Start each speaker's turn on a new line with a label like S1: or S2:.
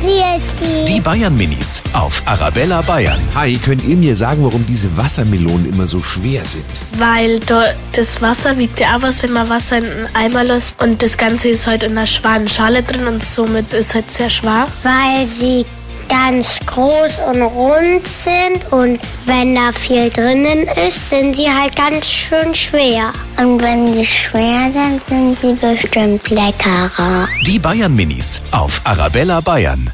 S1: Christi.
S2: Die Bayern Minis auf Arabella Bayern.
S3: Hi, könnt ihr mir sagen, warum diese Wassermelonen immer so schwer sind?
S4: Weil dort das Wasser wiegt ja auch was, wenn man Wasser in einen Eimer lässt. Und das Ganze ist halt in einer schwaren Schale drin und somit ist halt sehr schwer.
S1: Weil sie ganz groß und rund sind und wenn da viel drinnen ist, sind sie halt ganz schön schwer. Und wenn sie schwer sind, sind sie bestimmt leckerer.
S2: Die Bayern Minis auf Arabella Bayern.